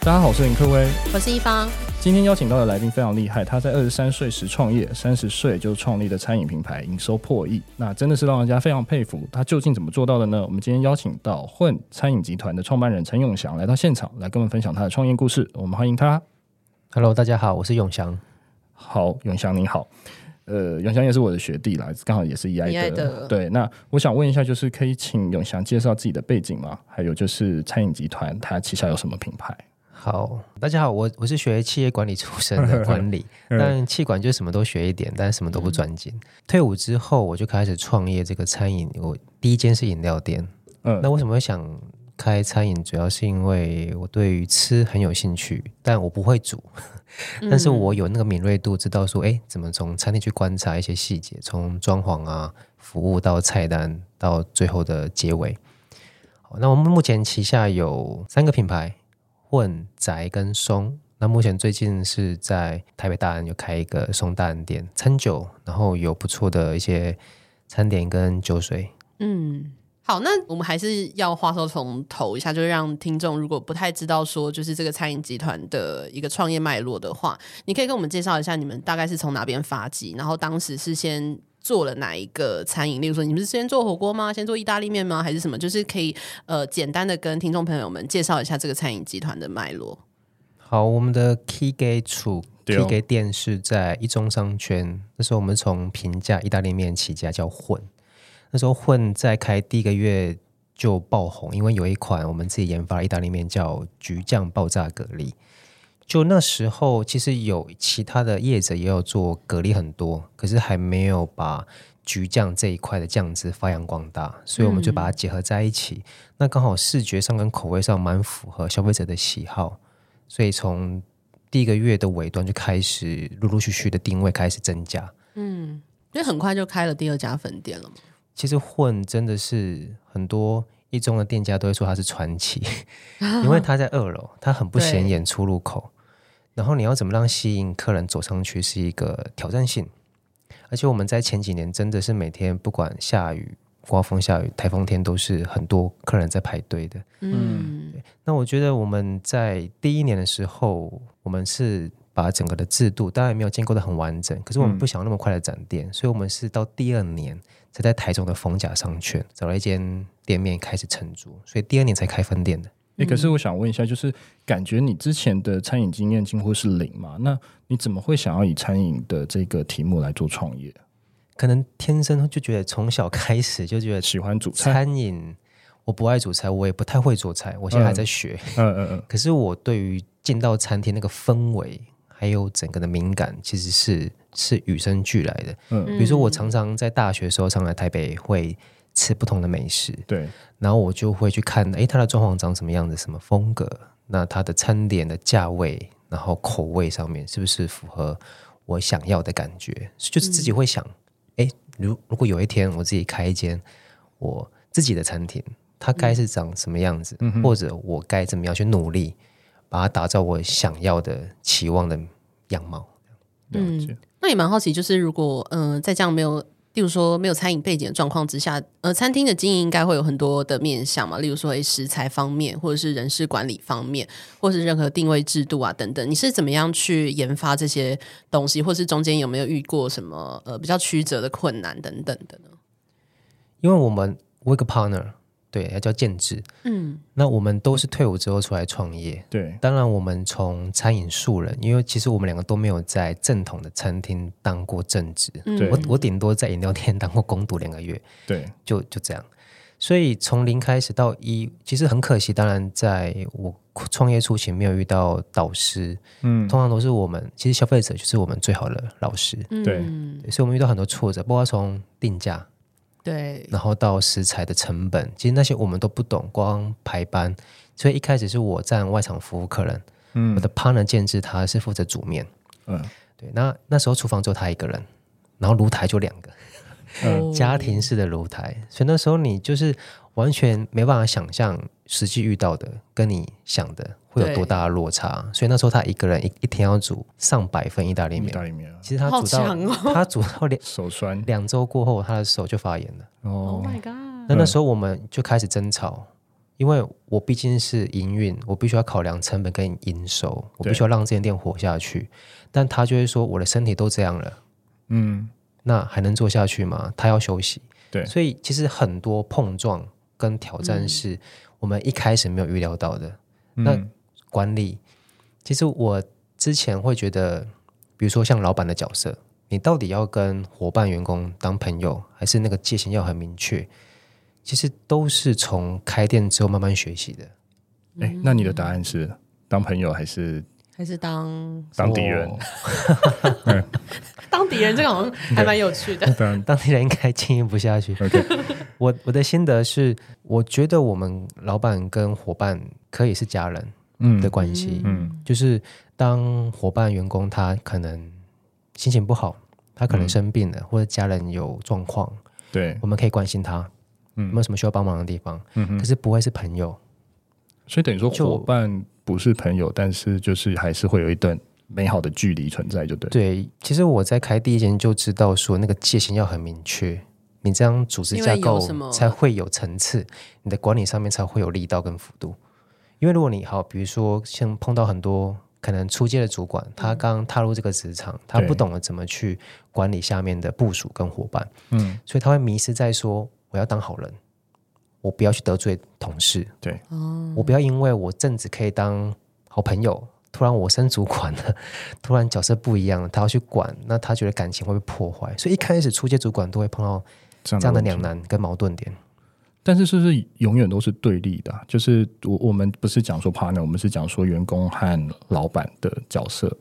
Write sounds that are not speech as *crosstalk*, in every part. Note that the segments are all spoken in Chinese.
大家好，我是林克威。我是一方，今天邀请到的来宾非常厉害，他在二十三岁时创业，三十岁就创立了餐饮品牌，营收破亿，那真的是让人家非常佩服。他究竟怎么做到的呢？我们今天邀请到混餐饮集团的创办人陈永祥来到现场，来跟我们分享他的创业故事。我们欢迎他。 Hello，大家好，我是永祥。好，永祥你好。呃，永祥也是我的学弟啦，刚好也是 EI 的。 EI 的对，那我想问一下，就是可以请永祥介绍自己的背景吗？还有就是餐饮集团它旗下有什么品牌？好，大家好，我我是学企业管理出身的管理，但气管就什么都学一点，但什么都不专精。退伍之后，我就开始创业这个餐饮。我第一间是饮料店。嗯那为什么会想开餐饮？主要是因为我对于吃很有兴趣，但我不会煮，嗯但是我有那个敏锐度，知道说，哎，怎么从餐厅去观察一些细节，从装潢啊、服务到菜单到最后的结尾。好那我们目前旗下有三个品牌，混宅跟松。那目前最近是在台北大安有开一个松大安店餐酒，然后有不错的一些餐点跟酒水。嗯。好，那我们还是要话说从头一下，就是让听众如果不太知道说，就是这个餐饮集团的一个创业脉络的话，你可以跟我们介绍一下你们大概是从哪边发迹，然后当时是先做了哪一个餐饮，例如说你们是先做火锅吗？先做意大利面吗？还是什么？就是可以呃简单的跟听众朋友们介绍一下这个餐饮集团的脉络。好，我们的 Key Gate 处对 Key 哦 Gate 店是在一中商圈，那时候我们从平价意大利面起家，叫混。那时候混在开第一个月就爆红，因为有一款我们自己研发的意大利面叫橘酱爆炸蛤蜊。就那时候，其实有其他的业者也有做蛤蜊很多，可是还没有把橘酱这一块的酱汁发扬光大，所以我们就把它结合在一起。那刚好视觉上跟口味上蛮符合消费者的喜好，所以从第一个月的尾端就开始陆陆续续的定位开始增加。因为很快就开了第二家分店了嘛，其实混真的是很多一中的店家都会说它是传奇，因为它在二楼，它很不显眼出入口。然后你要怎么让吸引客人走上去是一个挑战性，而且我们在前几年真的是每天不管下雨、刮风、下雨、台风天都是很多客人在排队的。嗯，那我觉得我们在第一年的时候，我们是把整个的制度当然没有建构的很完整，可是我嗯们不想要那么快的展店，所以我们是到第二年才在台中的逢甲商圈找了一间店面开始承租，所以第二年才开分店的。诶，可是嗯我想问一下，就是感觉你之前的餐饮经验近乎是零嘛？那你怎么会想要以餐饮的这个题目来做创业？可能天生就觉得从小开始就觉得喜欢煮菜？餐饮，我不爱煮菜，我也不太会做菜，我现在还在学。嗯嗯嗯，可是我对于进到餐厅那个氛围，还有整个的敏感，其实是是与生俱来的。嗯嗯，比如说我常常在大学的时候，常来台北会吃不同的美食，对，然后我就会去看，诶，它的装潢长什么样子，什么风格，那它的餐点的价位，然后口味上面是不是符合我想要的感觉？就是自己会想，诶，如如果有一天我自己开一间我自己的餐厅，它该是长什么样子，或者我该怎么样去努力，把它打造我想要的、期望的样貌。了解。嗯那也蛮好奇，就是如果嗯、呃在这样没有，例如说没有餐饮背景的状况之下，呃，餐厅的经营应该会有很多的面向嘛，例如说诶食材方面，或者是人事管理方面，或是任何定位制度啊等等，你是怎么样去研发这些东西，或是中间有没有遇过什么呃比较曲折的困难等等的呢？因为我们我有一个 partner，对，他叫建制，嗯那我们都是退伍之后出来创业，对，当然，我们从餐饮素人，因为其实我们两个都没有在正统的餐厅当过正职，对我我顶多在饮料店当过工读两个月，对，就就这样。所以从零开始到一，其实很可惜。当然，在我创业初期没有遇到导师，嗯，通常都是我们，其实消费者就是我们最好的老师。对嗯对所以我们遇到很多挫折，包括从定价，对，然后到食材的成本，其实那些我们都不懂，光排班。所以一开始是我站外场服务客人，嗯我的 partner 建制他是负责煮面，嗯对，那那时候厨房只有他一个人，然后炉台就两个，嗯哦家庭式的炉台，所以那时候你就是完全没办法想象实际遇到的跟你想的会有多大的落差，所以那时候他一个人一一天要煮上百份意大利意面大，利面啊其实他好哦煮到、强哦他煮到两手酸两周过后，他的手就发炎了。哦 Oh，my god！那那时候我们就开始争吵，因为我毕竟是营运，我必须要考量成本跟营收，我必须要让这间店活下去。但他就会说，我的身体都这样了，嗯那还能做下去吗？他要休息。对所以其实很多碰撞跟挑战是我们一开始没有预料到的。那嗯管理，其实我之前会觉得，比如说像老板的角色，你到底要跟伙伴、员工当朋友，还是那个界限要很明确？其实都是从开店之后慢慢学习的。哎，那你的答案是当朋友还是还是当当敌人？哦当敌人，这个好像还蛮有趣的。当然当地人应该经营不下去。 *laughs* OK，我我的心得是，我觉得我们老板跟伙伴可以是家人嗯的关系，嗯就是当伙伴、员工他可能心情不好，他可能生病了，或者家人有状况，对，我们可以关心他，嗯有没有什么需要帮忙的地方？嗯哼可，是不会是朋友，所以等于说就伙伴不是朋友，但是就是还是会有一段美好的距离存在，就对。对。其实我在开第一间就知道说那个界限要很明确，你这样组织架因为有构什么才会有层次，你的管理上面才会有力道跟幅度。因为如果你好，比如说像碰到很多可能出街的主管，嗯他刚踏入这个职场，他对不懂得怎么去管理下面的部署跟伙伴，嗯，所以他会迷失在说我要当好人，我不要去得罪同事，对，哦，我不要因为我正职可以当好朋友，突然我升主管了，突然角色不一样了，他要去管，那他觉得感情会被破坏，所以一开始出街主管都会碰到这样这样的问题两难跟矛盾点。但是是不是永远都是对立的啊、就是我我们不是讲说 partner，我们是讲说员工和老板的角色。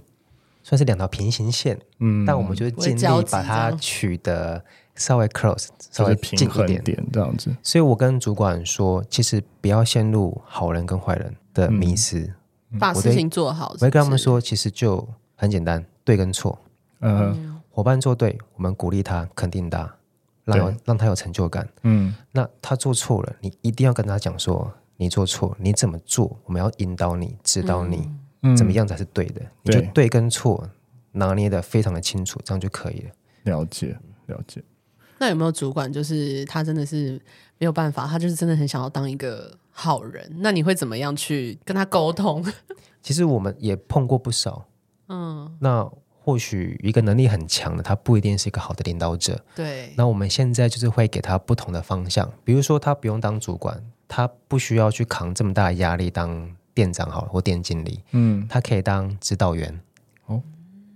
算是两条平行线，嗯，但我们就是尽不会交力集把这它样取得稍微 close，就是稍微平近衡一点。点这样子。所以我跟主管说，其实不要陷入好人跟坏人的嗯迷失。把我事对情做好。我会跟他们是不说，其实就很简单，对跟错。嗯伙伴做对，我们鼓励他，肯定他，让对他让他有成就感。嗯，那他做错了，你一定要跟他讲说，你做错，你怎么做，我们要引导你，指导你，嗯怎么样才是对的，你对就对跟错拿捏的非常的清楚，这样就可以了。了解了解。是那有没有主管就是他真的是没有办法，他就是真的很想要当一个好人？那你会怎么样去跟他沟通？其实我们也碰过不少，嗯，那或许一个能力很强的，他不一定是一个好的领导者。对，那我们现在就是会给他不同的方向，比如说他不用当主管，他不需要去扛这么大的压力当店长好了或店经理，嗯，他可以当指导员，哦哦，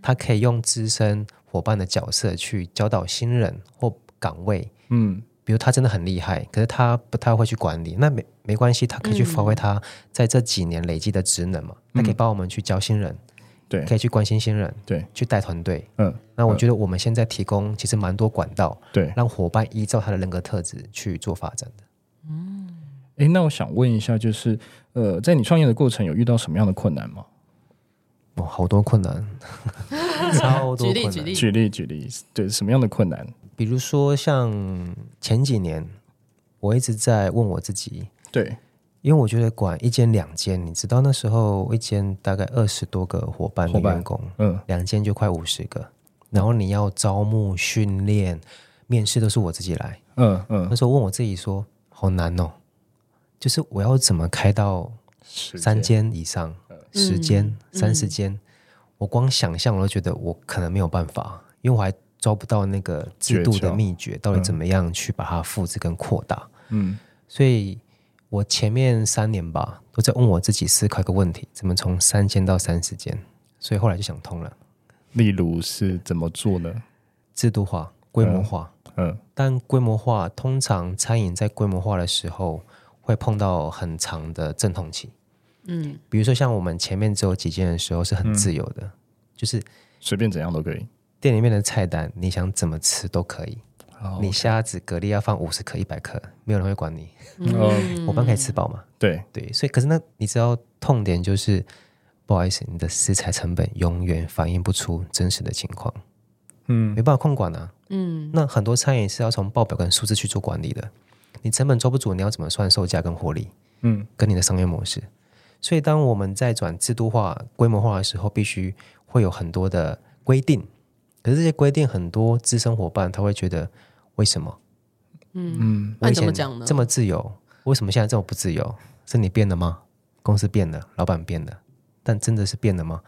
他可以用资深伙伴的角色去教导新人或岗位。嗯，比如他真的很厉害，可是他不太会去管理，那没没关系，他可以去发挥他在这几年累积的职能嘛，他可以帮我们去教新人，对可以去关心新人，对，去带团队。嗯，那我觉得我们现在提供其实蛮多管道，对。让伙伴依照他的人格特质去做发展的。哎，那我想问一下，就是呃，在你创业的过程有遇到什么样的困难吗？哦，好多困 *laughs* 难，超多举困例难。举例举例举例，对，什么样的困难？比如说像前几年，我一直在问我自己，对，因为我觉得管一间两间，你知道那时候一间大概二十多个伙伴伙的伴员工，嗯，两间就快五十个，然后你要招募、训练、面试都是我自己来。嗯嗯那，时候问我自己说，好难哦，就是我要怎么开到时三间，间以上，十间、三十间，我光想象我都觉得我可能没有办法，因为我还抓不到那个制度诀窍的秘诀，到底怎么样去把它复制跟扩大。嗯所以我前面三年吧，都在问我自己思考一个问题：怎么从三间到三十间？所以后来就想通了，例如是怎么做呢？制度化、规模化，嗯，但规模化通常餐饮在规模化的时候会碰到很长的阵痛期。嗯，比如说像我们前面只有几件的时候是很自由的，嗯就是随便怎样都可以。店里面的菜单你想怎么吃都可以。哦你虾子、蛤蜊要放五十克、一百克，没有人会管你。嗯哦我帮可以吃饱嘛？对，对，所以可是那你知道痛点就是，不好意思，你的食材成本永远反映不出真实的情况，嗯没办法控管啊。嗯，那很多餐饮是要从报表跟数字去做管理的，你成本抓不住，你要怎么算售价跟获利，嗯跟你的商业模式？所以当我们在转制度化、规模化的时候，必须会有很多的规定。可是这些规定，很多资深伙伴他会觉得，为什么？嗯，那我以你怎么前讲呢？这么自由，为什么现在这么不自由？是你变了吗？公司变了，老板变了，但真的是变了吗？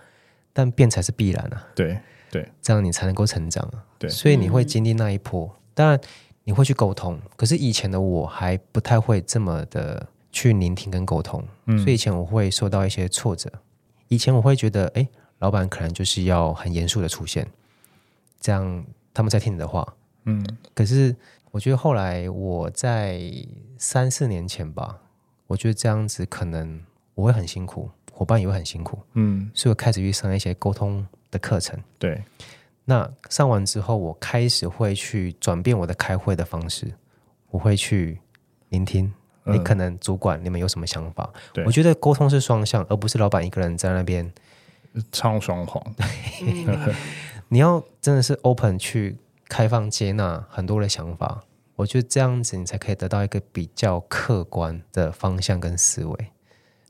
但变才是必然啊，对对，这样你才能够成长啊。对所以你会经历那一波，当然你会去沟通，可是以前的我还不太会这么的去聆听跟沟通，嗯所以以前我会受到一些挫折。以前我会觉得，哎，老板可能就是要很严肃的出现，这样他们才听你的话。嗯可是我觉得后来我在三四年前吧，我觉得这样子可能我会很辛苦，伙伴也会很辛苦，嗯，所以我开始去上一些沟通的课程。对，那上完之后，我开始会去转变我的开会的方式，我会去聆听。嗯你可能主管你们有什么想法？对我觉得沟通是双向，而不是老板一个人在那边。唱双簧，嗯你要真的是 open 去开放接纳很多的想法，我觉得这样子你才可以得到一个比较客观的方向跟思维。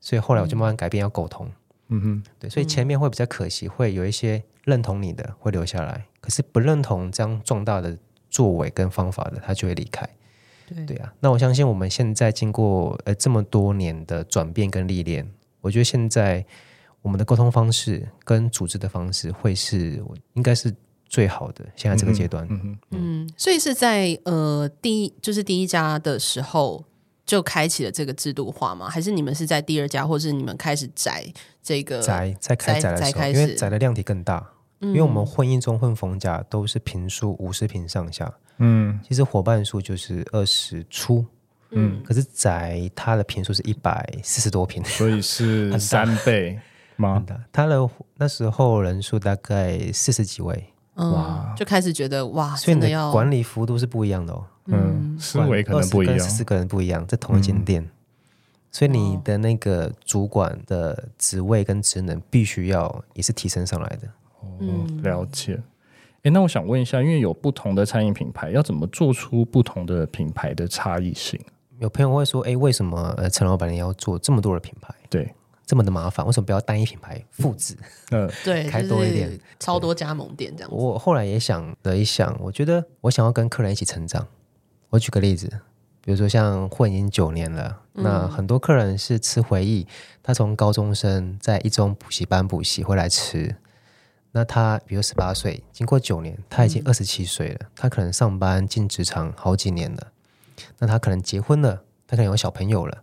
所以后来我就慢慢改变，要沟通。嗯哼，对，所以前面会比较可惜，会有一些认同你的会留下来，可是不认同这样壮大的作为跟方法的，他就会离开。对 *laughs* 对啊，那我相信我们现在经过呃这么多年的转变跟历练，我觉得现在我们的沟通方式跟组织的方式会是应该是最好的，现在这个阶段。嗯哼，嗯，所以是在呃第一就是第一家的时候就开启了这个制度化吗？还是你们是在第二家，或是你们开始宅这个？宅在开宅宅的宅时候，开因为始宅的量体更大，嗯因为我们混一中混逢甲都是平数五十平上下，嗯其实伙伴数就是二十出，嗯可是宅它的平数是一百四十多平，所以 *laughs* 是三倍 *laughs* 吗？哦它的那时候人数大概四十几位，嗯，就开始觉得哇，所以真你的要的管理幅度是不一样的哦，嗯，思维可能不一样嗯二，十个人不一样，在同一间店，所以你的那个主管的职位跟职能必须要也是提升上来的。嗯，了解。哎，那我想问一下，因为有不同的餐饮品牌，要怎么做出不同的品牌的差异性？有朋友会说，哎，为什么呃陈老板你要做这么多的品牌，对，这么的麻烦？为什么不要单一品牌复制？嗯对，开就是多一点超多加盟店这样子。我后来也想了一想，我觉得我想要跟客人一起成长。我举个例子，比如说像混已经九年了，嗯那很多客人是吃回忆，他从高中生在一中补习班补习会来吃。那他比如十八岁，经过九年，他已经嗯二十七岁了，他可能上班进职场好几年了，那他可能结婚了，他可能有小朋友了，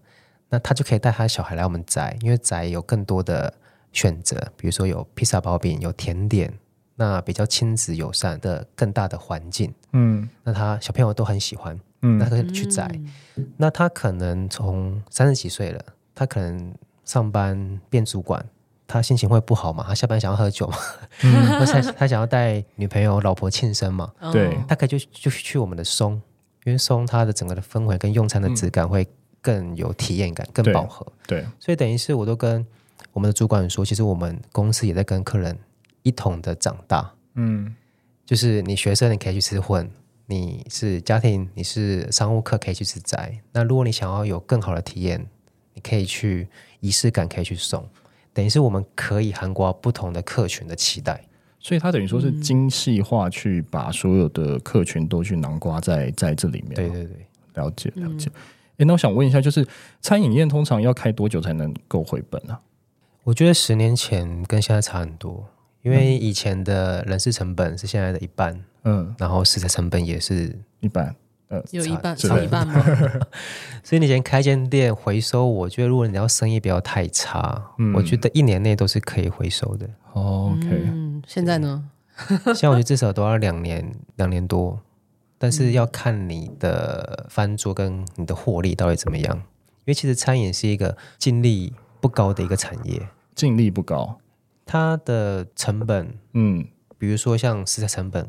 那他就可以带他小孩来我们宅，因为宅有更多的选择，比如说有披萨薄饼，有甜点，那比较亲子友善的更大的环境，嗯那他小朋友都很喜欢，那嗯他可以去宅。那他可能从三十几岁了，他可能上班变主管，他心情会不好嘛？他下班想要喝酒嘛？嗯 *laughs* 或者他他想要带女朋友、老婆庆生嘛？嗯对他可以就就去我们的松，因为松它的整个的氛围跟用餐的质感会更有体验感，更嗯对饱和。对，所以等于是我都跟我们的主管说，其实我们公司也在跟客人一同的长大。嗯就是你学生你可以去吃混，你是家庭你是商务客可以去吃宅。那如果你想要有更好的体验，你可以去仪式感可以去送，等于是我们可以涵盖不同的客群的期待。所以它等于说嗯是精细化，去把所有的客群都去囊括在在这里面。对，对对，了解了解。哎，那我想问一下，就是餐饮业通常要开多久才能够回本啊？我觉得十年前跟现在差很多，因为以前的人事成本是现在的一半，嗯，然后食材成本也是一般。有一半之少类一的半 *laughs* 吗？所以你以前开间店回收，我觉得如果你要生意不要太差，嗯我觉得一年内都是可以回收的。哦 OK，嗯，现在呢？像我觉得至少都要两年，两年多。但是要看你的翻桌跟你的获利到底怎么样，因为其实餐饮是一个净利不高的一个产业，净利不高，它的成本，嗯，比如说像食材成本，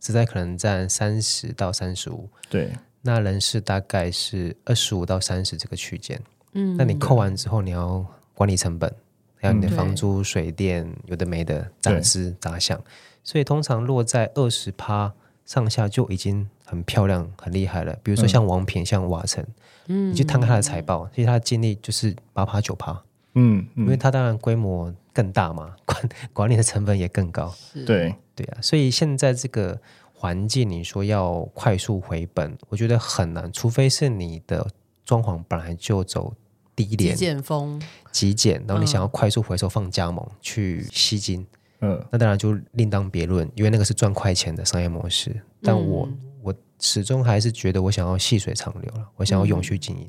食材可能占三十到三十五，对，那人事大概是二十五到三十这个区间。嗯，那你扣完之后，你要管理成本，还有你的嗯房对租、水电，有的没的杂对支杂项，所以通常落在二十趴上下就已经很漂亮、很厉害了。比如说像王品、像瓦城，嗯，你去摊开它的财报，其实它的净利就是八趴九趴，嗯因为嗯，它当然规模更大嘛，管 *laughs* 管理的成本也更高。对，对啊，所以现在这个环境，你说要快速回本，我觉得很难，除非是你的装潢本来就走低极廉简风，极简，然后你想要快速回收放加盟去吸金，呃，那当然就另当别论，因为那个是赚快钱的商业模式。但我、嗯我始终还是觉得我想要细水长流了，我想要永续经营。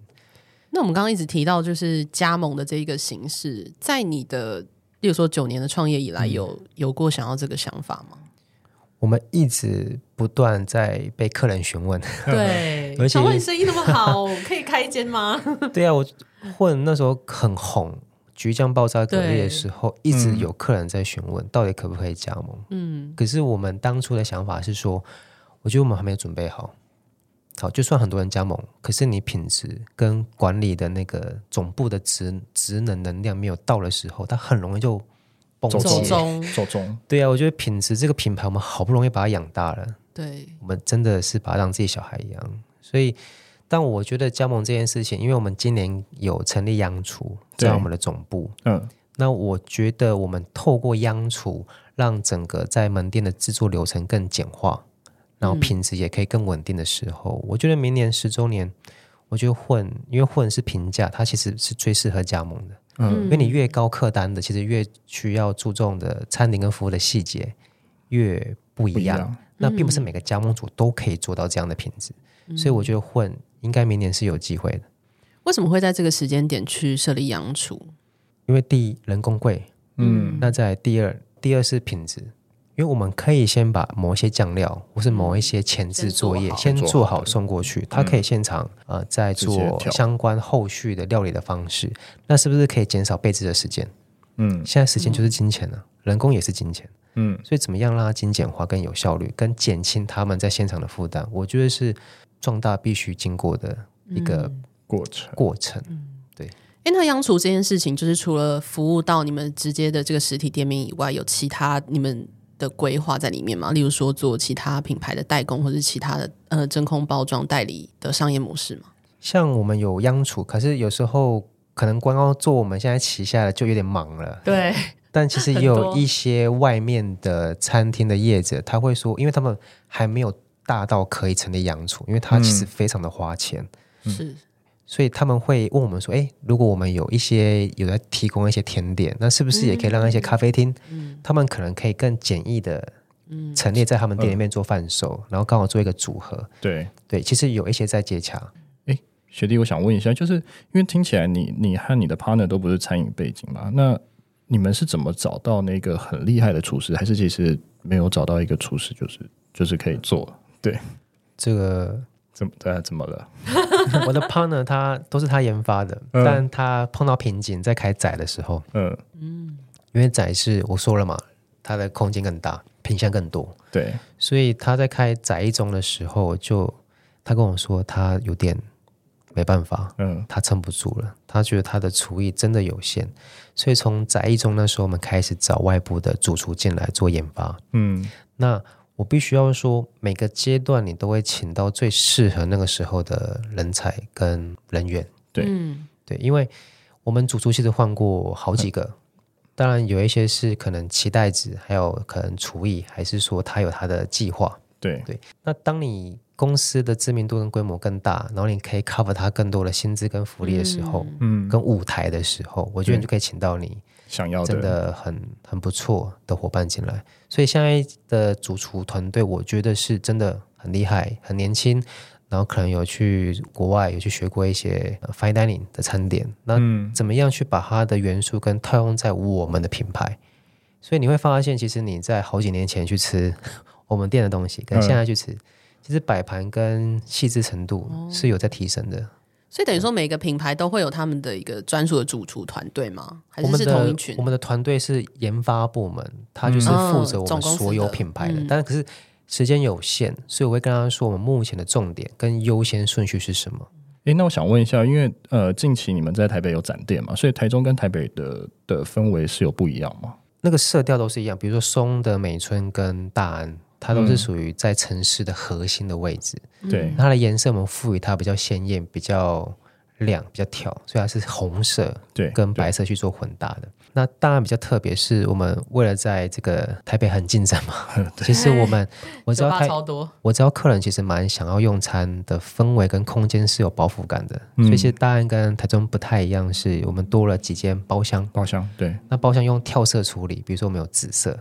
那我们刚刚一直提到，就是加盟的这一个形式，在你的，例如说九年的创业以来，有有过想要这个想法 *laughs* 吗？我们一直不断在被客人询问，对而且想问你生意那么好，可以开一间 *laughs* 吗？对啊，我混那时候很红，菊酱爆炸隔夜的时候，一直有客人在询问到底可不可以加盟。嗯，可是我们当初的想法是说，我觉得我们还没有准备好。好，就算很多人加盟，可是你品质跟管理的那个总部的职职能能量没有到的时候，它很容易就崩走走中解。中，手中，对啊，我觉得品质这个品牌，我们好不容易把它养大了，对，我们真的是把它当自己小孩一样。所以，但我觉得加盟这件事情，因为我们今年有成立央厨，对在我们的总部。嗯，那我觉得我们透过央厨，让整个在门店的制作流程更简化，然后品质也可以更稳定的时候，我觉得明年十周年，我觉得混，因为混是平价，它其实是最适合加盟的。嗯因为你越高客单的，其实越需要注重的餐点跟服务的细节越不不一一样。样，那并嗯不是每个加盟主都可以做到这样的品质，嗯所以我觉得混应该明年是有机会的，为什么会在这个时间点去设立养厨？因为第一人工贵，嗯，那在第二第二是品质，因为我们可以先把某一些酱料或是某一些前置作业先先做好嗯做好送过去，它可以现场呃再直接做调相关后续的料理的方式，那是不是可以减少备制的时间？嗯现在时间就是金钱了、人工也是金钱。嗯，所以怎么样让它精简化、更有效率，跟减轻他们在现场的负担，我觉得是壮大必须经过的嗯一个过程，过程。哎，那央厨这件事情，就是除了服务到你们直接的这个实体店面以外，有其他你们的规划在里面吗？例如说做其他品牌的代工，或者是其他的呃真空包装代理的商业模式吗？像我们有央厨，可是有时候可能光要做我们现在旗下的就有点忙了。对，但其实也很有多一些外面的餐厅的业者，他会说，因为他们还没有大到可以成立央厨，因为它其实非常的花钱。是，所以他们会问我们说：“哎，如果我们有一些有在提供一些甜点，那是不是也可以让一些咖啡厅，嗯他们可能可以更简易的陈列在他们店里面做贩售，然后刚好做一个组合？对。对，其实有一些在接洽，学弟，我想问一下，就是因为听起来你你和你的 partner 都不是餐饮背景嘛，那你们是怎么找到那个很厉害的厨师，还是其实没有找到一个厨师，就是就是可以做？这个怎么大家怎么了？ *laughs* 我的 partner 他都是他研发的，嗯但他碰到瓶颈在开窄的时候，嗯，因为窄是我说了嘛，它的空间更大，品相更多，对，所以他在开窄一中的时候就他跟我说他有点没办法，嗯他撑不住了，他觉得他的厨艺真的有限，所以从宅艺中那时候，我们开始找外部的主厨进来做研发。嗯那我必须要说，每个阶段你都会请到最适合那个时候的人才跟人员，对嗯，对，因为我们主厨其实换过好几个，当然有一些是可能期待值，还有可能厨艺，还是说他有他的计划，对，对，那当你公司的知名度跟规模更大，然后你可以 cover 它更多的薪资跟福利的时候，嗯，跟舞台的时候，我觉得你就可以请到你想要真的很很不错的伙伴进来。所以现在的主厨团队，我觉得是真的很厉害，很年轻，然后可能有去国外有去学过一些呃 fine dining 的餐点，那嗯怎么样去把它的元素跟套用在我们的品牌？ *laughs* 嗯所以你会发现，其实你在好几年前去吃我们店的东西，跟现在去吃，其实摆盘跟细致程度哦是有在提升的。所以等于说每个品牌都会有他们的一个专属的主厨团队吗？还我是们是的同一群我？们的团队是研发部门，他就是负责嗯我总公们司所有的品牌的。嗯但可是时间有限，所以我会跟他说，我们目前的重点跟优先顺序是什么。诶，那我想问一下，因为呃，近期你们在台北有展店嘛，所以台中跟台北的的氛围是有不一样吗？那个色调都是一样，比如说松的美村跟大安，它都嗯是属于在城市的核心的位置。嗯对它的颜色我们赋予它比较鲜艳、比较亮、比较跳，所以它是红色对，跟对白色去做混搭的。那当然比较特别，是我们为了在这个台北很进展嘛，其实我们我知道酒吧台超多，我知道客人其实蛮想要用餐的氛围跟空间是有饱腹感的，所以其实大安跟台中不太一样，是我们多了几间包厢。包厢，对那包厢用跳色处理，比如说我们有紫色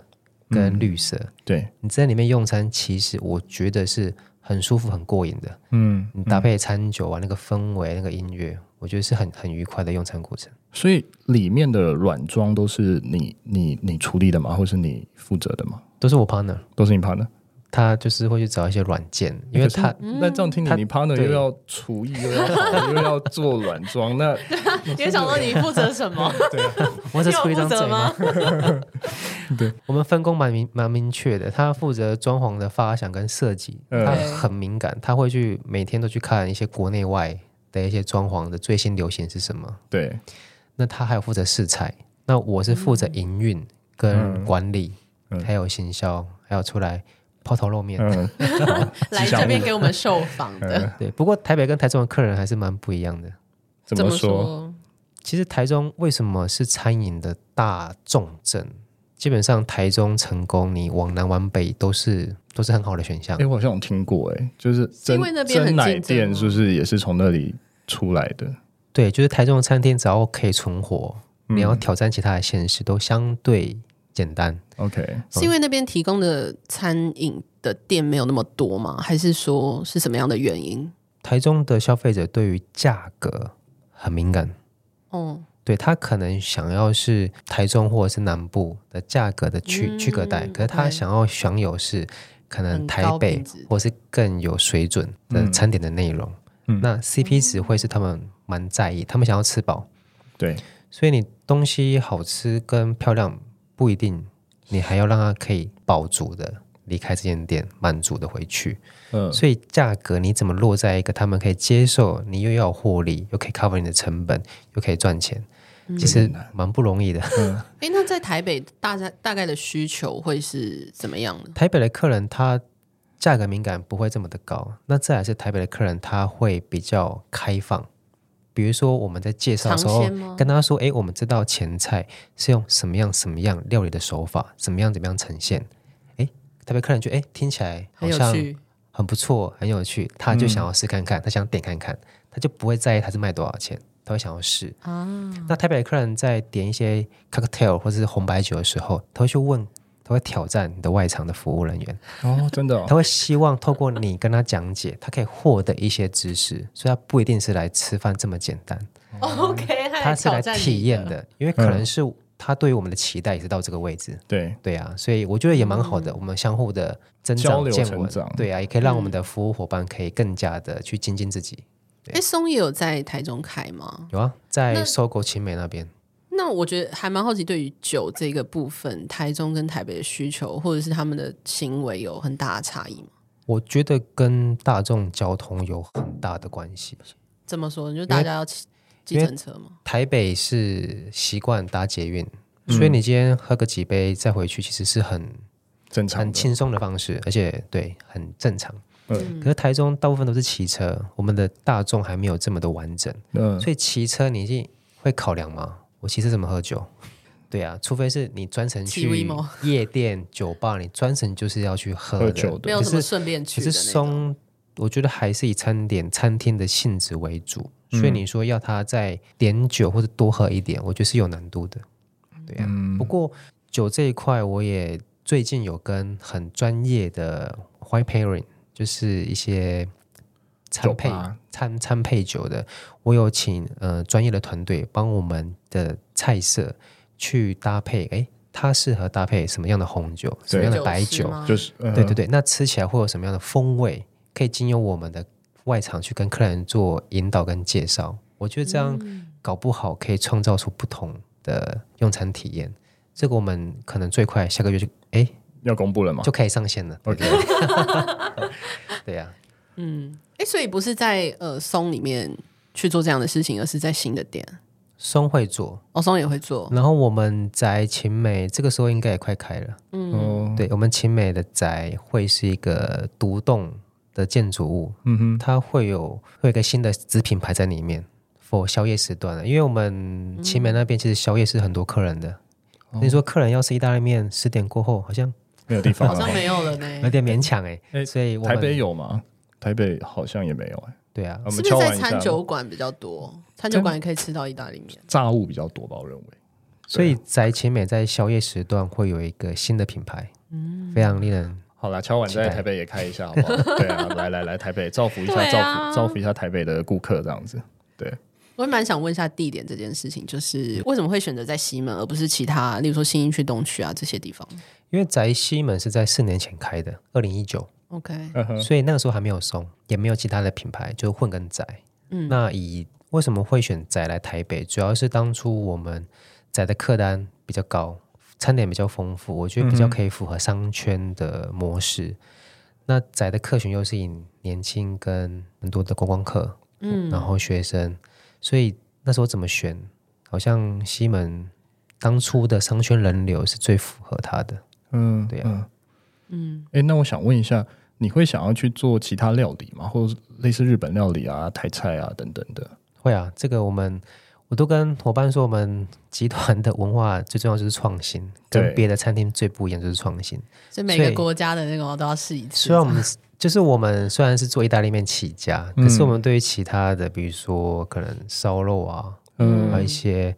跟绿色，对，你在里面用餐，其实我觉得是很舒服、很过瘾的。嗯，你搭配餐酒啊，那个氛围、那个音乐，我觉得是很很愉快的用餐过程。所以里面的软装都是你你你处理的吗？或是你负责的吗？都是我 partner，都是你 partner，他就是会去找一些软件，因为可是 *laughs* 他那这样听你，他你 partner 对又要厨艺，又要 *laughs* 烤又要做软装，那你也想说你负责什 *laughs* 么？我只你有出一负张责嘴吗？？我们分工蛮明蛮明确的，他负责装潢的发想跟设计，嗯 *laughs* 他很敏感，他会去每天都去看一些国内外的一些装潢的最新流行是什么。对，那他还有负责试菜，那我是负责营运跟管理，嗯还有行销，还有出来抛头露面。嗯，呃来吉祥物嗯这边给我们受访 *laughs* 的，对，不过台北跟台中的客人还是蛮不一样的。怎么么说？？其实台中为什么是餐饮的大重镇？基本上台中成功，你往南往北都是都是很好的选项哎、。我好像有听过、诶哎，就是是真因为那边很真奶竞争店吗是不是也是从那里出来的？对，就是台中的餐厅，只要可以存活，嗯你要挑战其他的现实都相对简单。 OK，是因为那边提供的餐饮的店没有那么多吗？还是说是什么样的原因？台中的消费者对于价格很敏感，哦，对他可能想要是台中或者是南部的价格的区、嗯区隔带，可是 OK 他想要享有是可能很台高北品质或是更有水准的嗯餐点的内容。嗯那 CP 值会是他们蛮在意，他们想要吃饱，对，所以你东西好吃跟漂亮不一定，你还要让它可以饱足的离开这间店，满足的回去。嗯、所以价格你怎么落在一个他们可以接受，你又要有获利，又可以 cover 你的成本，又可以赚钱，嗯其实蛮不容易的。哎，那在台北大家大概的需求会是怎么样的？台北的客人他价格敏感不会这么的高，那再来是台北的客人他会比较开放。比如说我们在介绍的时尝候鲜吗，跟他说：“诶，我们这道前菜是用什么样什么样料理的手法，怎么样怎么样呈现。”诶，台北客人觉得：“诶，听起来好很有像趣，很不错，很有趣。”他就想要试看看，他想点看看，他就不会在意他是卖多少钱，他会想要试啊。那台北的客人在点一些 cocktail 或者是红白酒的时候，他会去问，他会挑战你的外场的服务人员。哦，真的、哦他，会希望透过你跟他讲解，他可以获得一些知识，所以他不一定是来吃饭这么简单，啊 OK，嗯他是来体验的，嗯因为可能是他对于我们的期待也是到这个位置。对，对啊，所以我觉得也蛮好的，我们相互的增嗯交长流见成闻长，嗯对啊，也可以让我们的服务伙伴可以更加的去精进自己。哎，松也有在台中开吗？有啊，那在搜狗青美那边，那我觉得还蛮好奇，对于酒这个部分，台中跟台北的需求或者是他们的行为有很大的差异吗？我觉得跟大众交通有很大的关系。怎么说？你就大家要骑计因为程车吗？台北是习惯搭捷运，所嗯以你今天喝个几杯再回去，其实是很正常很的，轻松的方式，而且对很正常。嗯呃可是台中大部分都是骑车，我们的大众还没有这么的完整，嗯，所以骑车你一定会考量吗？我骑车怎么喝酒？ *laughs* 对啊，除非是你专程骑去 WeMo 夜店、酒吧，你专程就是要去喝喝的。酒没的，有什么可是顺便去其的实那种。松，我觉得还是以餐点、餐厅的性质为主，嗯所以你说要他再点酒或者多喝一点，我觉得是有难度的。对呀、嗯不过酒这一块，我也最近有跟很专业的 wine pairing，就是一些酒餐配吧餐餐配酒的，我有请呃专业的团队帮我们的菜色去搭配，诶，它适合搭配什么样的红酒，什么样的白是酒，吗就是，嗯对对对，那吃起来会有什么样的风味？可以经由我们的外场去跟客人做引导跟介绍。我觉得这样嗯搞不好可以创造出不同的用餐体验。这个我们可能最快下个月就哎要公布了吗就可以上线了。 ？OK，对呀、哎，所以不是在呃松里面去做这样的事情，而是在新的店，松会做，哦，松也会做。嗯然后我们宅秦美这个时候应该也快开了。哦，嗯对我们秦美的宅会是一个独栋的建筑物，嗯哼，它会有会有一个新的子品牌在里面，for 宵夜时段啊的。因为我们秦美那边其实宵夜是很多客人的，嗯所以说客人要吃意大利面，十点过后好像没有地方好了像哈。没有了呢，有点勉强哎、哎所以我们台北有吗？台北好像也没有哎，对啊，我是们不是敲在完一下嗯餐酒馆比较多？餐酒馆也可以吃到意大利面。炸物比较多吧，我认为。所以宅秦美在宵夜时段会有一个新的品牌，非常令人好啦，敲完期待在台北也开一下，好不好？ *laughs* 对啊，来来来，台北造福一下，对造啊福造福一下台北的顾客，这样子。对，我也蛮想问一下地点这件事情，就是为什么会选择在西门，而不是其他，例如说新一区、东区啊这些地方因为宅西门是在四年前开的，二零一九， ？OK，呵呵所以那个时候还没有松，也没有其他的品牌，就混跟宅。嗯，那以为什么会选宅来台北，主要是当初我们宅的客单比较高，餐点比较丰富，我觉得比较可以符合商圈的模式。那宅的客群又是以年轻跟很多的观光客，嗯，然后学生，所以那时候怎么选，好像西门当初的商圈人流是最符合它的。嗯，对啊嗯，哎，那我想问一下，你会想要去做其他料理吗？或者类似日本料理啊、台菜啊等等的？会啊，这个我们我都跟伙伴说，我们集团的文化最重要就是创新，对跟别的餐厅最不一样就是创新。所以每所个以国家的那个都要试一次啊虽。然我们是就是我们虽然是做意大利面起家，嗯可是我们对于其他的，比如说可能烧肉啊，嗯还有一些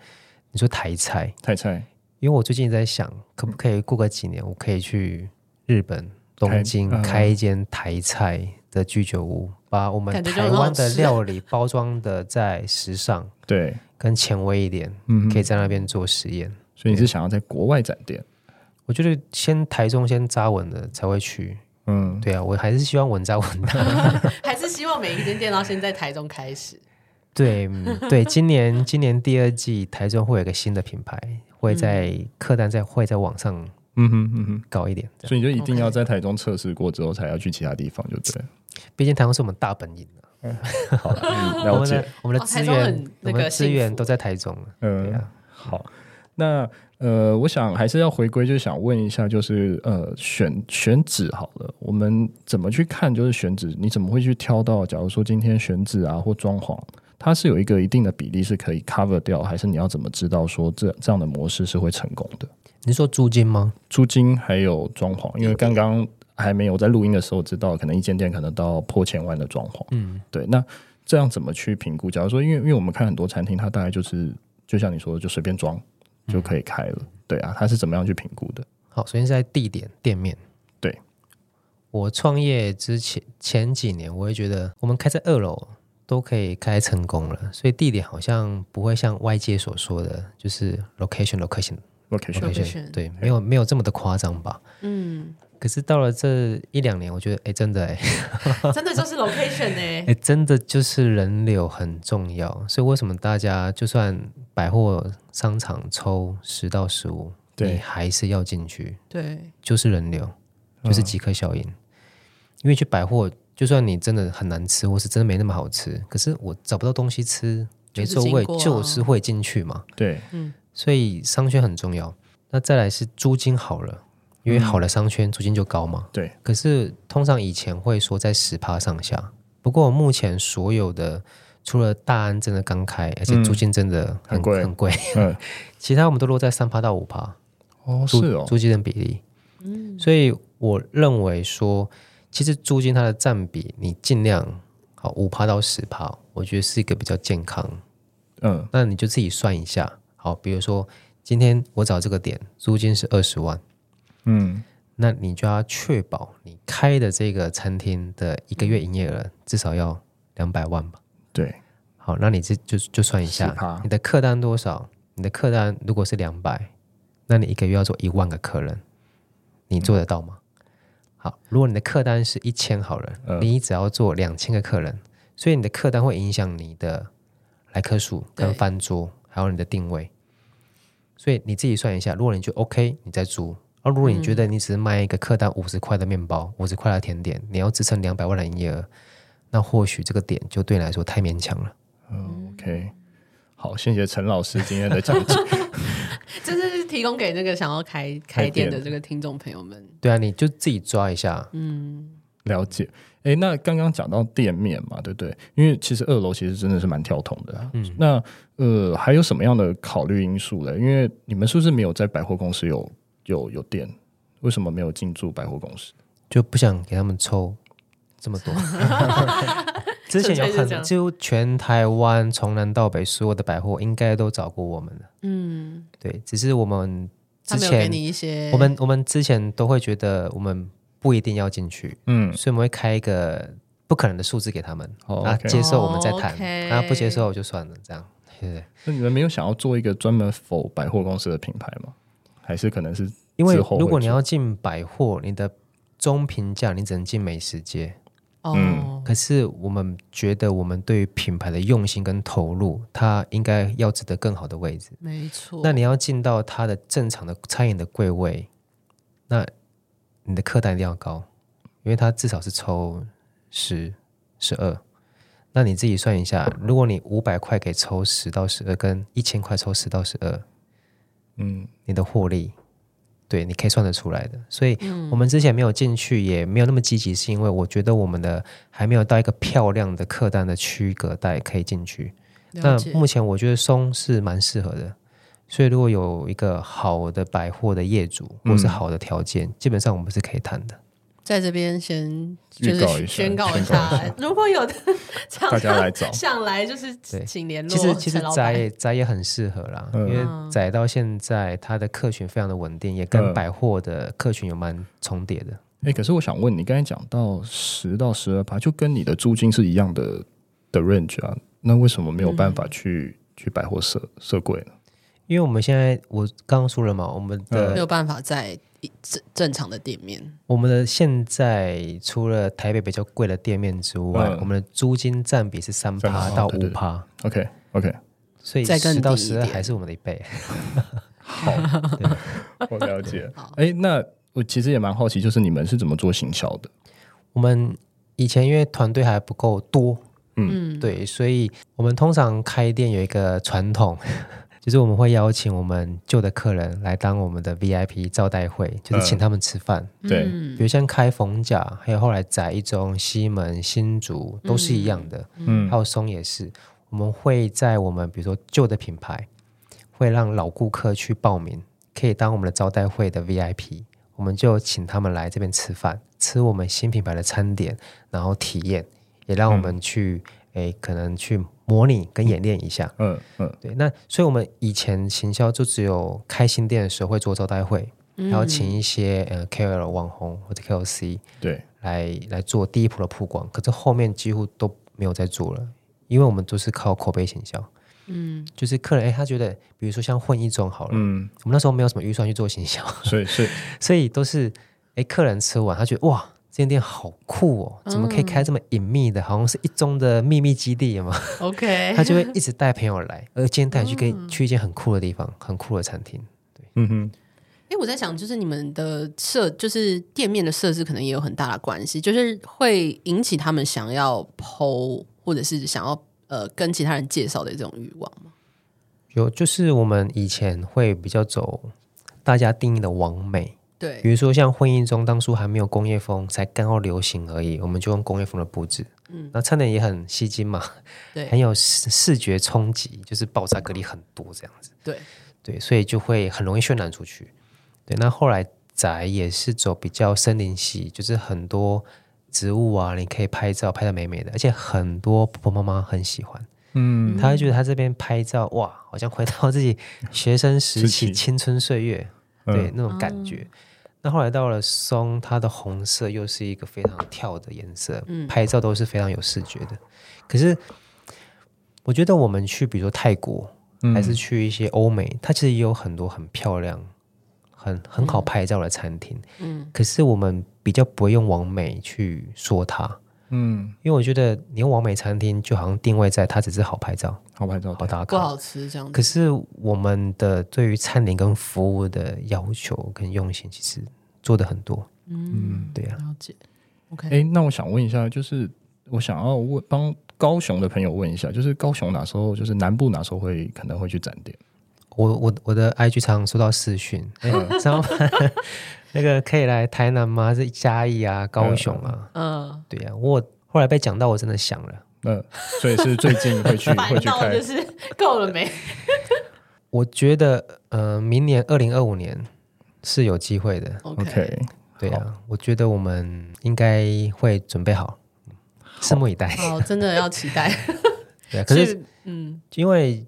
你说台菜，台菜，因为我最近在想，嗯可不可以过个几年，我可以去日本东京嗯开一间台菜的居酒屋，把我们感觉就台很好湾的吃料理包装的再时尚对，跟前卫一点。嗯，可以在那边做实验。所以你是想要在国外展店？我觉得先台中先扎稳了才会去。嗯，对啊，我还是希望稳扎稳打。 *laughs* 还是希望每一间店到现在台中 *laughs* 开始。对、嗯对，今年今年第二季台中会有一个新的品牌，会在嗯客单在会在网上嗯哼嗯哼。高一点。这样所以你就一定要在台中测试过之后，才要去其他地方，就对了。毕竟台中是我们大本营啊好了，嗯哎我了们解的。我们的哦资台中源，很那我个们的资幸源福都在台中了。对嗯啊，好，那呃，我想还是要回归，就是想问一下，就是呃，选选址好了，我们怎么去看？就是选址，你怎么会去挑到？假如说今天选址啊，或装潢，它是有一个一定的比例是可以 cover 掉，还是你要怎么知道说这这样的模式是会成功的？你是说租金吗？租金还有装潢，因为刚刚还没有在录音的时候知道，可能一间店可能到破千万的装潢。嗯，对。那这样怎么去评估？假如说，因为因为我们看很多餐厅，它大概就是就像你说的，就随便装就可以开了。对啊，它是怎么样去评估的？好，首先是在地点店面。对，我创业之前前几年，我会觉得我们开在二楼都可以开成功了，所以地点好像不会像外界所说的，就是 location location location， Location 对，没有没有这么的夸张吧？嗯，可是到了这一两年，我觉得哎，真的哎真的就是 location 呢、嗯哎，真的就是人流很重要，所以为什么大家就算百货商场抽十到十五，对你还是要进去？对，就是人流，嗯就是即刻效应。因为去百货，就算你真的很难吃，或是真的没那么好吃，可是我找不到东西吃，就没是座位经过啊就是会进去嘛。对，所以商圈很重要。那再来是租金好了，因为好的商圈租金就高嘛。嗯对。可是通常以前会说在十趴上下，不过目前所有的除了大安真的刚开，而且嗯租金真的很、很贵很贵，嗯， *laughs* 其他我们都落在三趴到五趴。哦，是租哦，租金的比例。所以我认为说，其实租金它的占比，你尽量好五趴到十趴，我觉得是一个比较健康。嗯那你就自己算一下，好，比如说今天我找这个点，租金是二十万，嗯，那你就要确保你开的这个餐厅的一个月营业额至少要两百万吧。对，好，那你这就就算一下10%，你的客单多少？你的客单如果是两百，那你一个月要做一万个客人，你做得到吗？好，如果你的客单是一千好了，嗯你只要做两千个客人，所以你的客单会影响你的来客数、跟对翻桌，还有你的定位。所以你自己算一下，如果你觉得 OK，你再租；而如果你觉得你只是卖一个客单五十块的面包、五十块的甜点，你要支撑两百万的营业额，那或许这个点就对你来说太勉强了。嗯，OK，好，谢谢陈老师今天的讲解。这是提供给那个想要开开开店店的这个听众朋友们。对啊，你就自己抓一下，了解，哎，那刚刚讲到店面嘛，对不对？因为其实二楼其实真的是蛮跳桶的、嗯，那呃，还有什么样的考虑因素呢？因为你们是不是没有在百货公司有有有店？为什么没有进驻百货公司？就不想给他们抽 *laughs* 这么多。 *laughs* 之前有纯粹是这很样就全台湾从南到北所有的百货应该都找过我们了，嗯，对，只是我们他之没有给前你一些我们我们之前都会觉得我们不一定要进去，嗯，所以我们会开一个不可能的数字给他们，哦啊， ，OK 接受我们再哦谈， ，OK 啊，不接受就算了，这样，对对对？那你们没有想要做一个专门否百货公司的品牌吗？还是可能是因为之后会如果你做要进百货，你的中评价你只能进美食街，哦，可是我们觉得我们对于品牌的用心跟投入，它应该要值得更好的位置。没错。那你要进到它的正常的餐饮的柜位，那你的客单一定要高，因为它至少是抽十、十二。那你自己算一下，如果你五百块给抽十到十二，跟一千块抽十到十二，嗯你的获利，对，你可以算得出来的。所以我们之前没有进去，也没有那么积极，是因为我觉得我们的还没有到一个漂亮的客单的区隔带可以进去。那了解目前我觉得松是蛮适合的，所以如果有一个好的百货的业主嗯或是好的条件，基本上我们是可以谈的。在这边先就预告一下是宣告宣告一一下，如果有的 *laughs* 厂大家商来找想来， *laughs* 就是对请联络其实其实陈老宅板。也宅也很适合啦，嗯因为宅到现在它的客群非常的稳定，也嗯跟百货的客群有蛮重叠的。哎、可是我想问你，刚才讲到十到十二趴，就跟你的租金是一样的的 range 啊，那为什么没有办嗯法去、去百货设设柜呢？因为我们现在我刚刚说了嘛，我们嗯的、没有办法在一正正常的店面，我们的现在除了台北比较贵的店面之外，嗯我们的租金占比是三趴3%到对五对趴， OK OK，所以再更十到低一十二点还是我们的一倍。好，我了 *laughs* 解好。哎、那我其实也蛮好奇，就是你们是怎么做行销的？我们以前因为团队还不够多，嗯，对，所以我们通常开店有一个传统， *laughs* 就是我们会邀请我们旧的客人来当我们的 VIP 招待会，就是请嗯他们吃饭。对比嗯如像开逢甲，还有后来宅一中、西门、新竹都是一样的，嗯还有松也是。我们会在我们比如说旧的品牌，会让老顾客去报名，可以当我们的招待会的 VIP，我们就请他们来这边吃饭，吃我们新品牌的餐点，然后体验，也让我们去诶、可能去模拟跟演练一下。嗯嗯对，那所以我们以前行销就只有开新店的时候会做招待会，嗯还要请一些呃 KOL 网红或者 KOC 对，来来做第一波的曝光，可是后面几乎都没有在做了，因为我们都是靠口碑行销。嗯，就是客人哎，他觉得，比如说像混一中好了，嗯，我们那时候没有什么预算去做行销， *laughs* 所以是 *laughs* 所以都是哎，客人吃完他觉得哇，这间店好酷哦，怎么可以开这么隐秘的，好像是一中的秘密基地嘛？ ，OK， *laughs* 他就会一直带朋友来，而今天带你去跟、去一间很酷的地方，很酷的餐厅。嗯哼，哎，我在想，就是你们的设，就是店面的设置，可能也有很大的关系，就是会引起他们想要剖，或者是想要呃跟其他人介绍的这种欲望吗？有，就是我们以前会比较走大家定义的完美，对比，如说像婚姻中当初还没有工业风，才刚要流行而已，我们就用工业风的布置。嗯，那餐点也很吸睛嘛，对很有视视觉冲击，就是爆炸隔离很多这样子。对，对，所以就会很容易渲染出去。对，那后来宅也是走比较森林系，就是很多植物啊，你可以拍照拍的美美的，而且很多婆婆妈妈很喜欢。嗯，他会觉得他这边拍照，哇，好像回到自己学生时时期嗯期青春岁月，对那种感觉。哦那后来到了松，它的红色又是一个非常跳的颜色，嗯拍照都是非常有视觉的。可是我觉得我嗯们去，比如说泰国，还是去一些欧美，它其实也有很多很漂亮、很很嗯好拍照的餐厅。嗯，可是我们比较不会用完美去说它，嗯，因为我觉得你用完美餐厅就好像定位在它只是好拍照、好拍照好打不卡。好吃这样可子。是我们的对于餐饮跟服务的要求跟用心，其实做的很多。嗯，对呀、了解。OK，、哎、那我想问一下，就是我想要问帮高雄的朋友问一下，就是高雄哪时候，就是南部哪时候会可能会去展店？我我我的 IG 常常收到私讯，哎张凡 *laughs* 那个可以来台南吗？还是嘉义啊、高雄啊？嗯，对呀、我后来被讲到，我真的想了，那所以是最近会去 *laughs* 烦会去到开就，是够了没？我觉得呃，明年二零二五年是有机会的， OK，对呀、我觉得我们应该会准备好，拭目以待。好，真的要期待。对啊、可是所以嗯，因为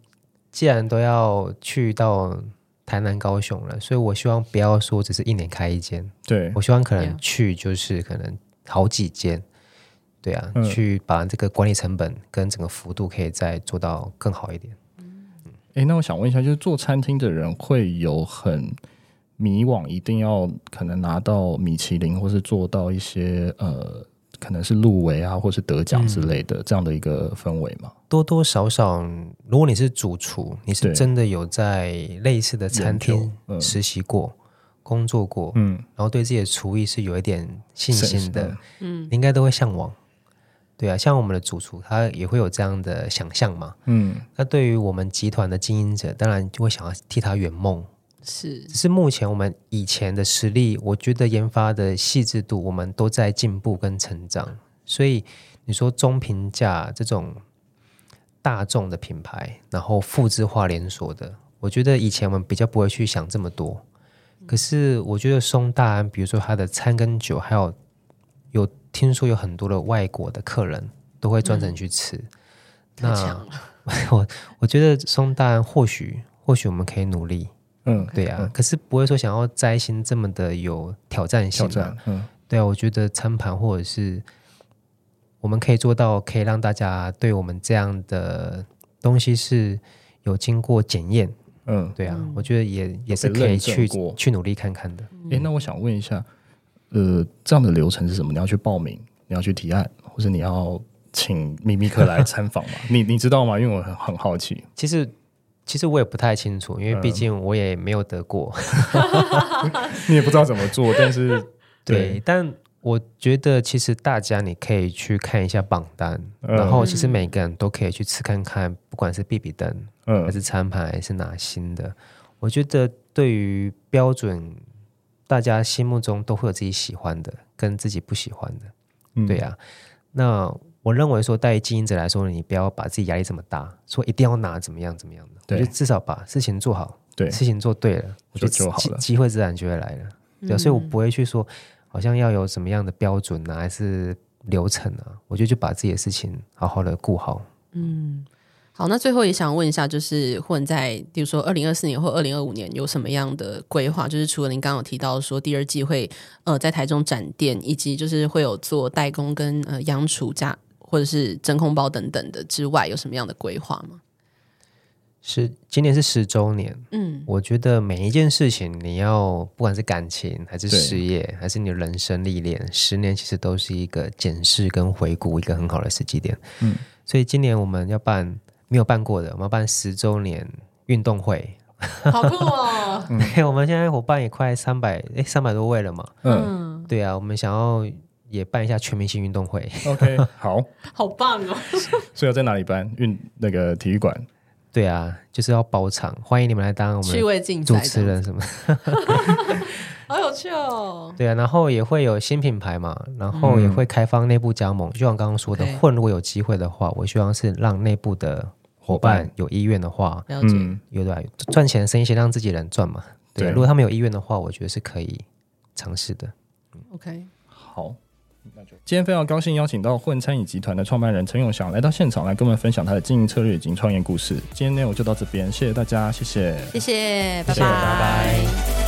既然都要去到台南、高雄了，所以我希望不要说只是一年开一间，对我希望可 Yeah 能去就是可能好几间，对啊，嗯去把这个管理成本跟整个幅度可以再做到更好一点。哎、那我想问一下，就是做餐厅的人会有很迷惘，一定要可能拿到米其林，或是做到一些呃，可能是入围啊，或是得奖嗯之类的、这样的一个氛围嘛？多多少少，如果你是主厨，你对是真的有在类似的餐厅研究嗯实习过、工作过，嗯，然后对自己的厨艺是有一点信心的是，嗯，你应该都会向往。对啊，像我们的主厨，他也会有这样的想象嘛。嗯，那对于我们集团的经营者，当然就会想要替他圆梦，是只是目前我们以前的实力，我觉得研发的细致度，我们都在进步跟成长。所以你说中平价这种大众的品牌，然后复制化连锁的，我觉得以前我们比较不会去想这么多。可是我觉得松大安，比如说它的餐跟酒，还有有听说有很多的外国的客人都会专程去吃。太强了。我觉得松大安或许或许我们可以努力，嗯，对啊，可是不会说想要摘星这么的有挑战性、挑啊。战，嗯，对啊，我觉得餐盘或者是我们可以做到，可以让大家对我们这样的东西是有经过检验。嗯，对啊，嗯我觉得也也是被可以认证去过去努力看看的。哎、那我想问一下，呃，这样的流程是什么？你要去报名，你要去提案，或是你要请秘密客 *laughs* 来参访吗？你你知道吗？因为我很很好奇，其实其实我也不太清楚，因为嗯毕竟我也没有得 *laughs* 过。你也不知道怎么做，但 *laughs* 是对，但我觉得其实大家你可以去看一下榜单，嗯然后其实每个人都可以去吃看看，不管是必比登还嗯，是餐盘还是拿新的，我觉得对于标准，大家心目中都会有自己喜欢的跟自己不喜欢的，嗯对，啊。那我认为说，对于经营者来说，你不要把自己压力这么大，说一定要拿怎么样怎么样的，对我觉得至少把事情做好，对，事情做对了，我觉得就就好机了机会自然就会来了。对啊、所以我不会去说好像要有什么样的标准啊，还是流程啊，我觉得就把自己的事情好好的顾好。好，那最后也想问一下，就是混在，比如说二零二四年或二零二五年有什么样的规划？就是除了您刚刚有提到说第二季会呃在台中展店，以及就是会有做代工跟呃洋厨加或者是真空包等等的之外，有什么样的规划吗？是今年是十周年，嗯，我觉得每一件事情，你要不管是感情还是对事业，还是你的人生历练，十年其实都是一个检视跟回顾一个很好的时机点。嗯嗯，所以今年我们要办没有办过的，我们要办十周年运动会。好酷 *laughs* 哦！对，我们现在伙伴也快三百，哎，三百多位了嘛。嗯对啊，我们想要也办一下全明星运动会。 *laughs* ，OK，好， *laughs* 好棒哦！所以要在哪里办？运那个体育馆，对啊，就是要包场，欢迎你们来当我趣们味竞主赛，持人什么。好有趣哦！对啊，然后也会有新品牌嘛，然后也会开放内部加盟。就像刚刚说的 OK，混如果有机会的话，我希望是让内部的伙伙伴有意愿的话，了解，嗯，有的赚钱的生意先让自己人赚嘛。对啊，对如果他们有意愿的话，我觉得是可以尝试的。 OK，好。那就今天非常高兴邀请到混餐饮集团的创办人陈永祥来到现场，来跟我们分享他的经营策略以及创业故事。今天内容就到这边，谢谢大家，谢谢。谢谢，谢谢拜拜拜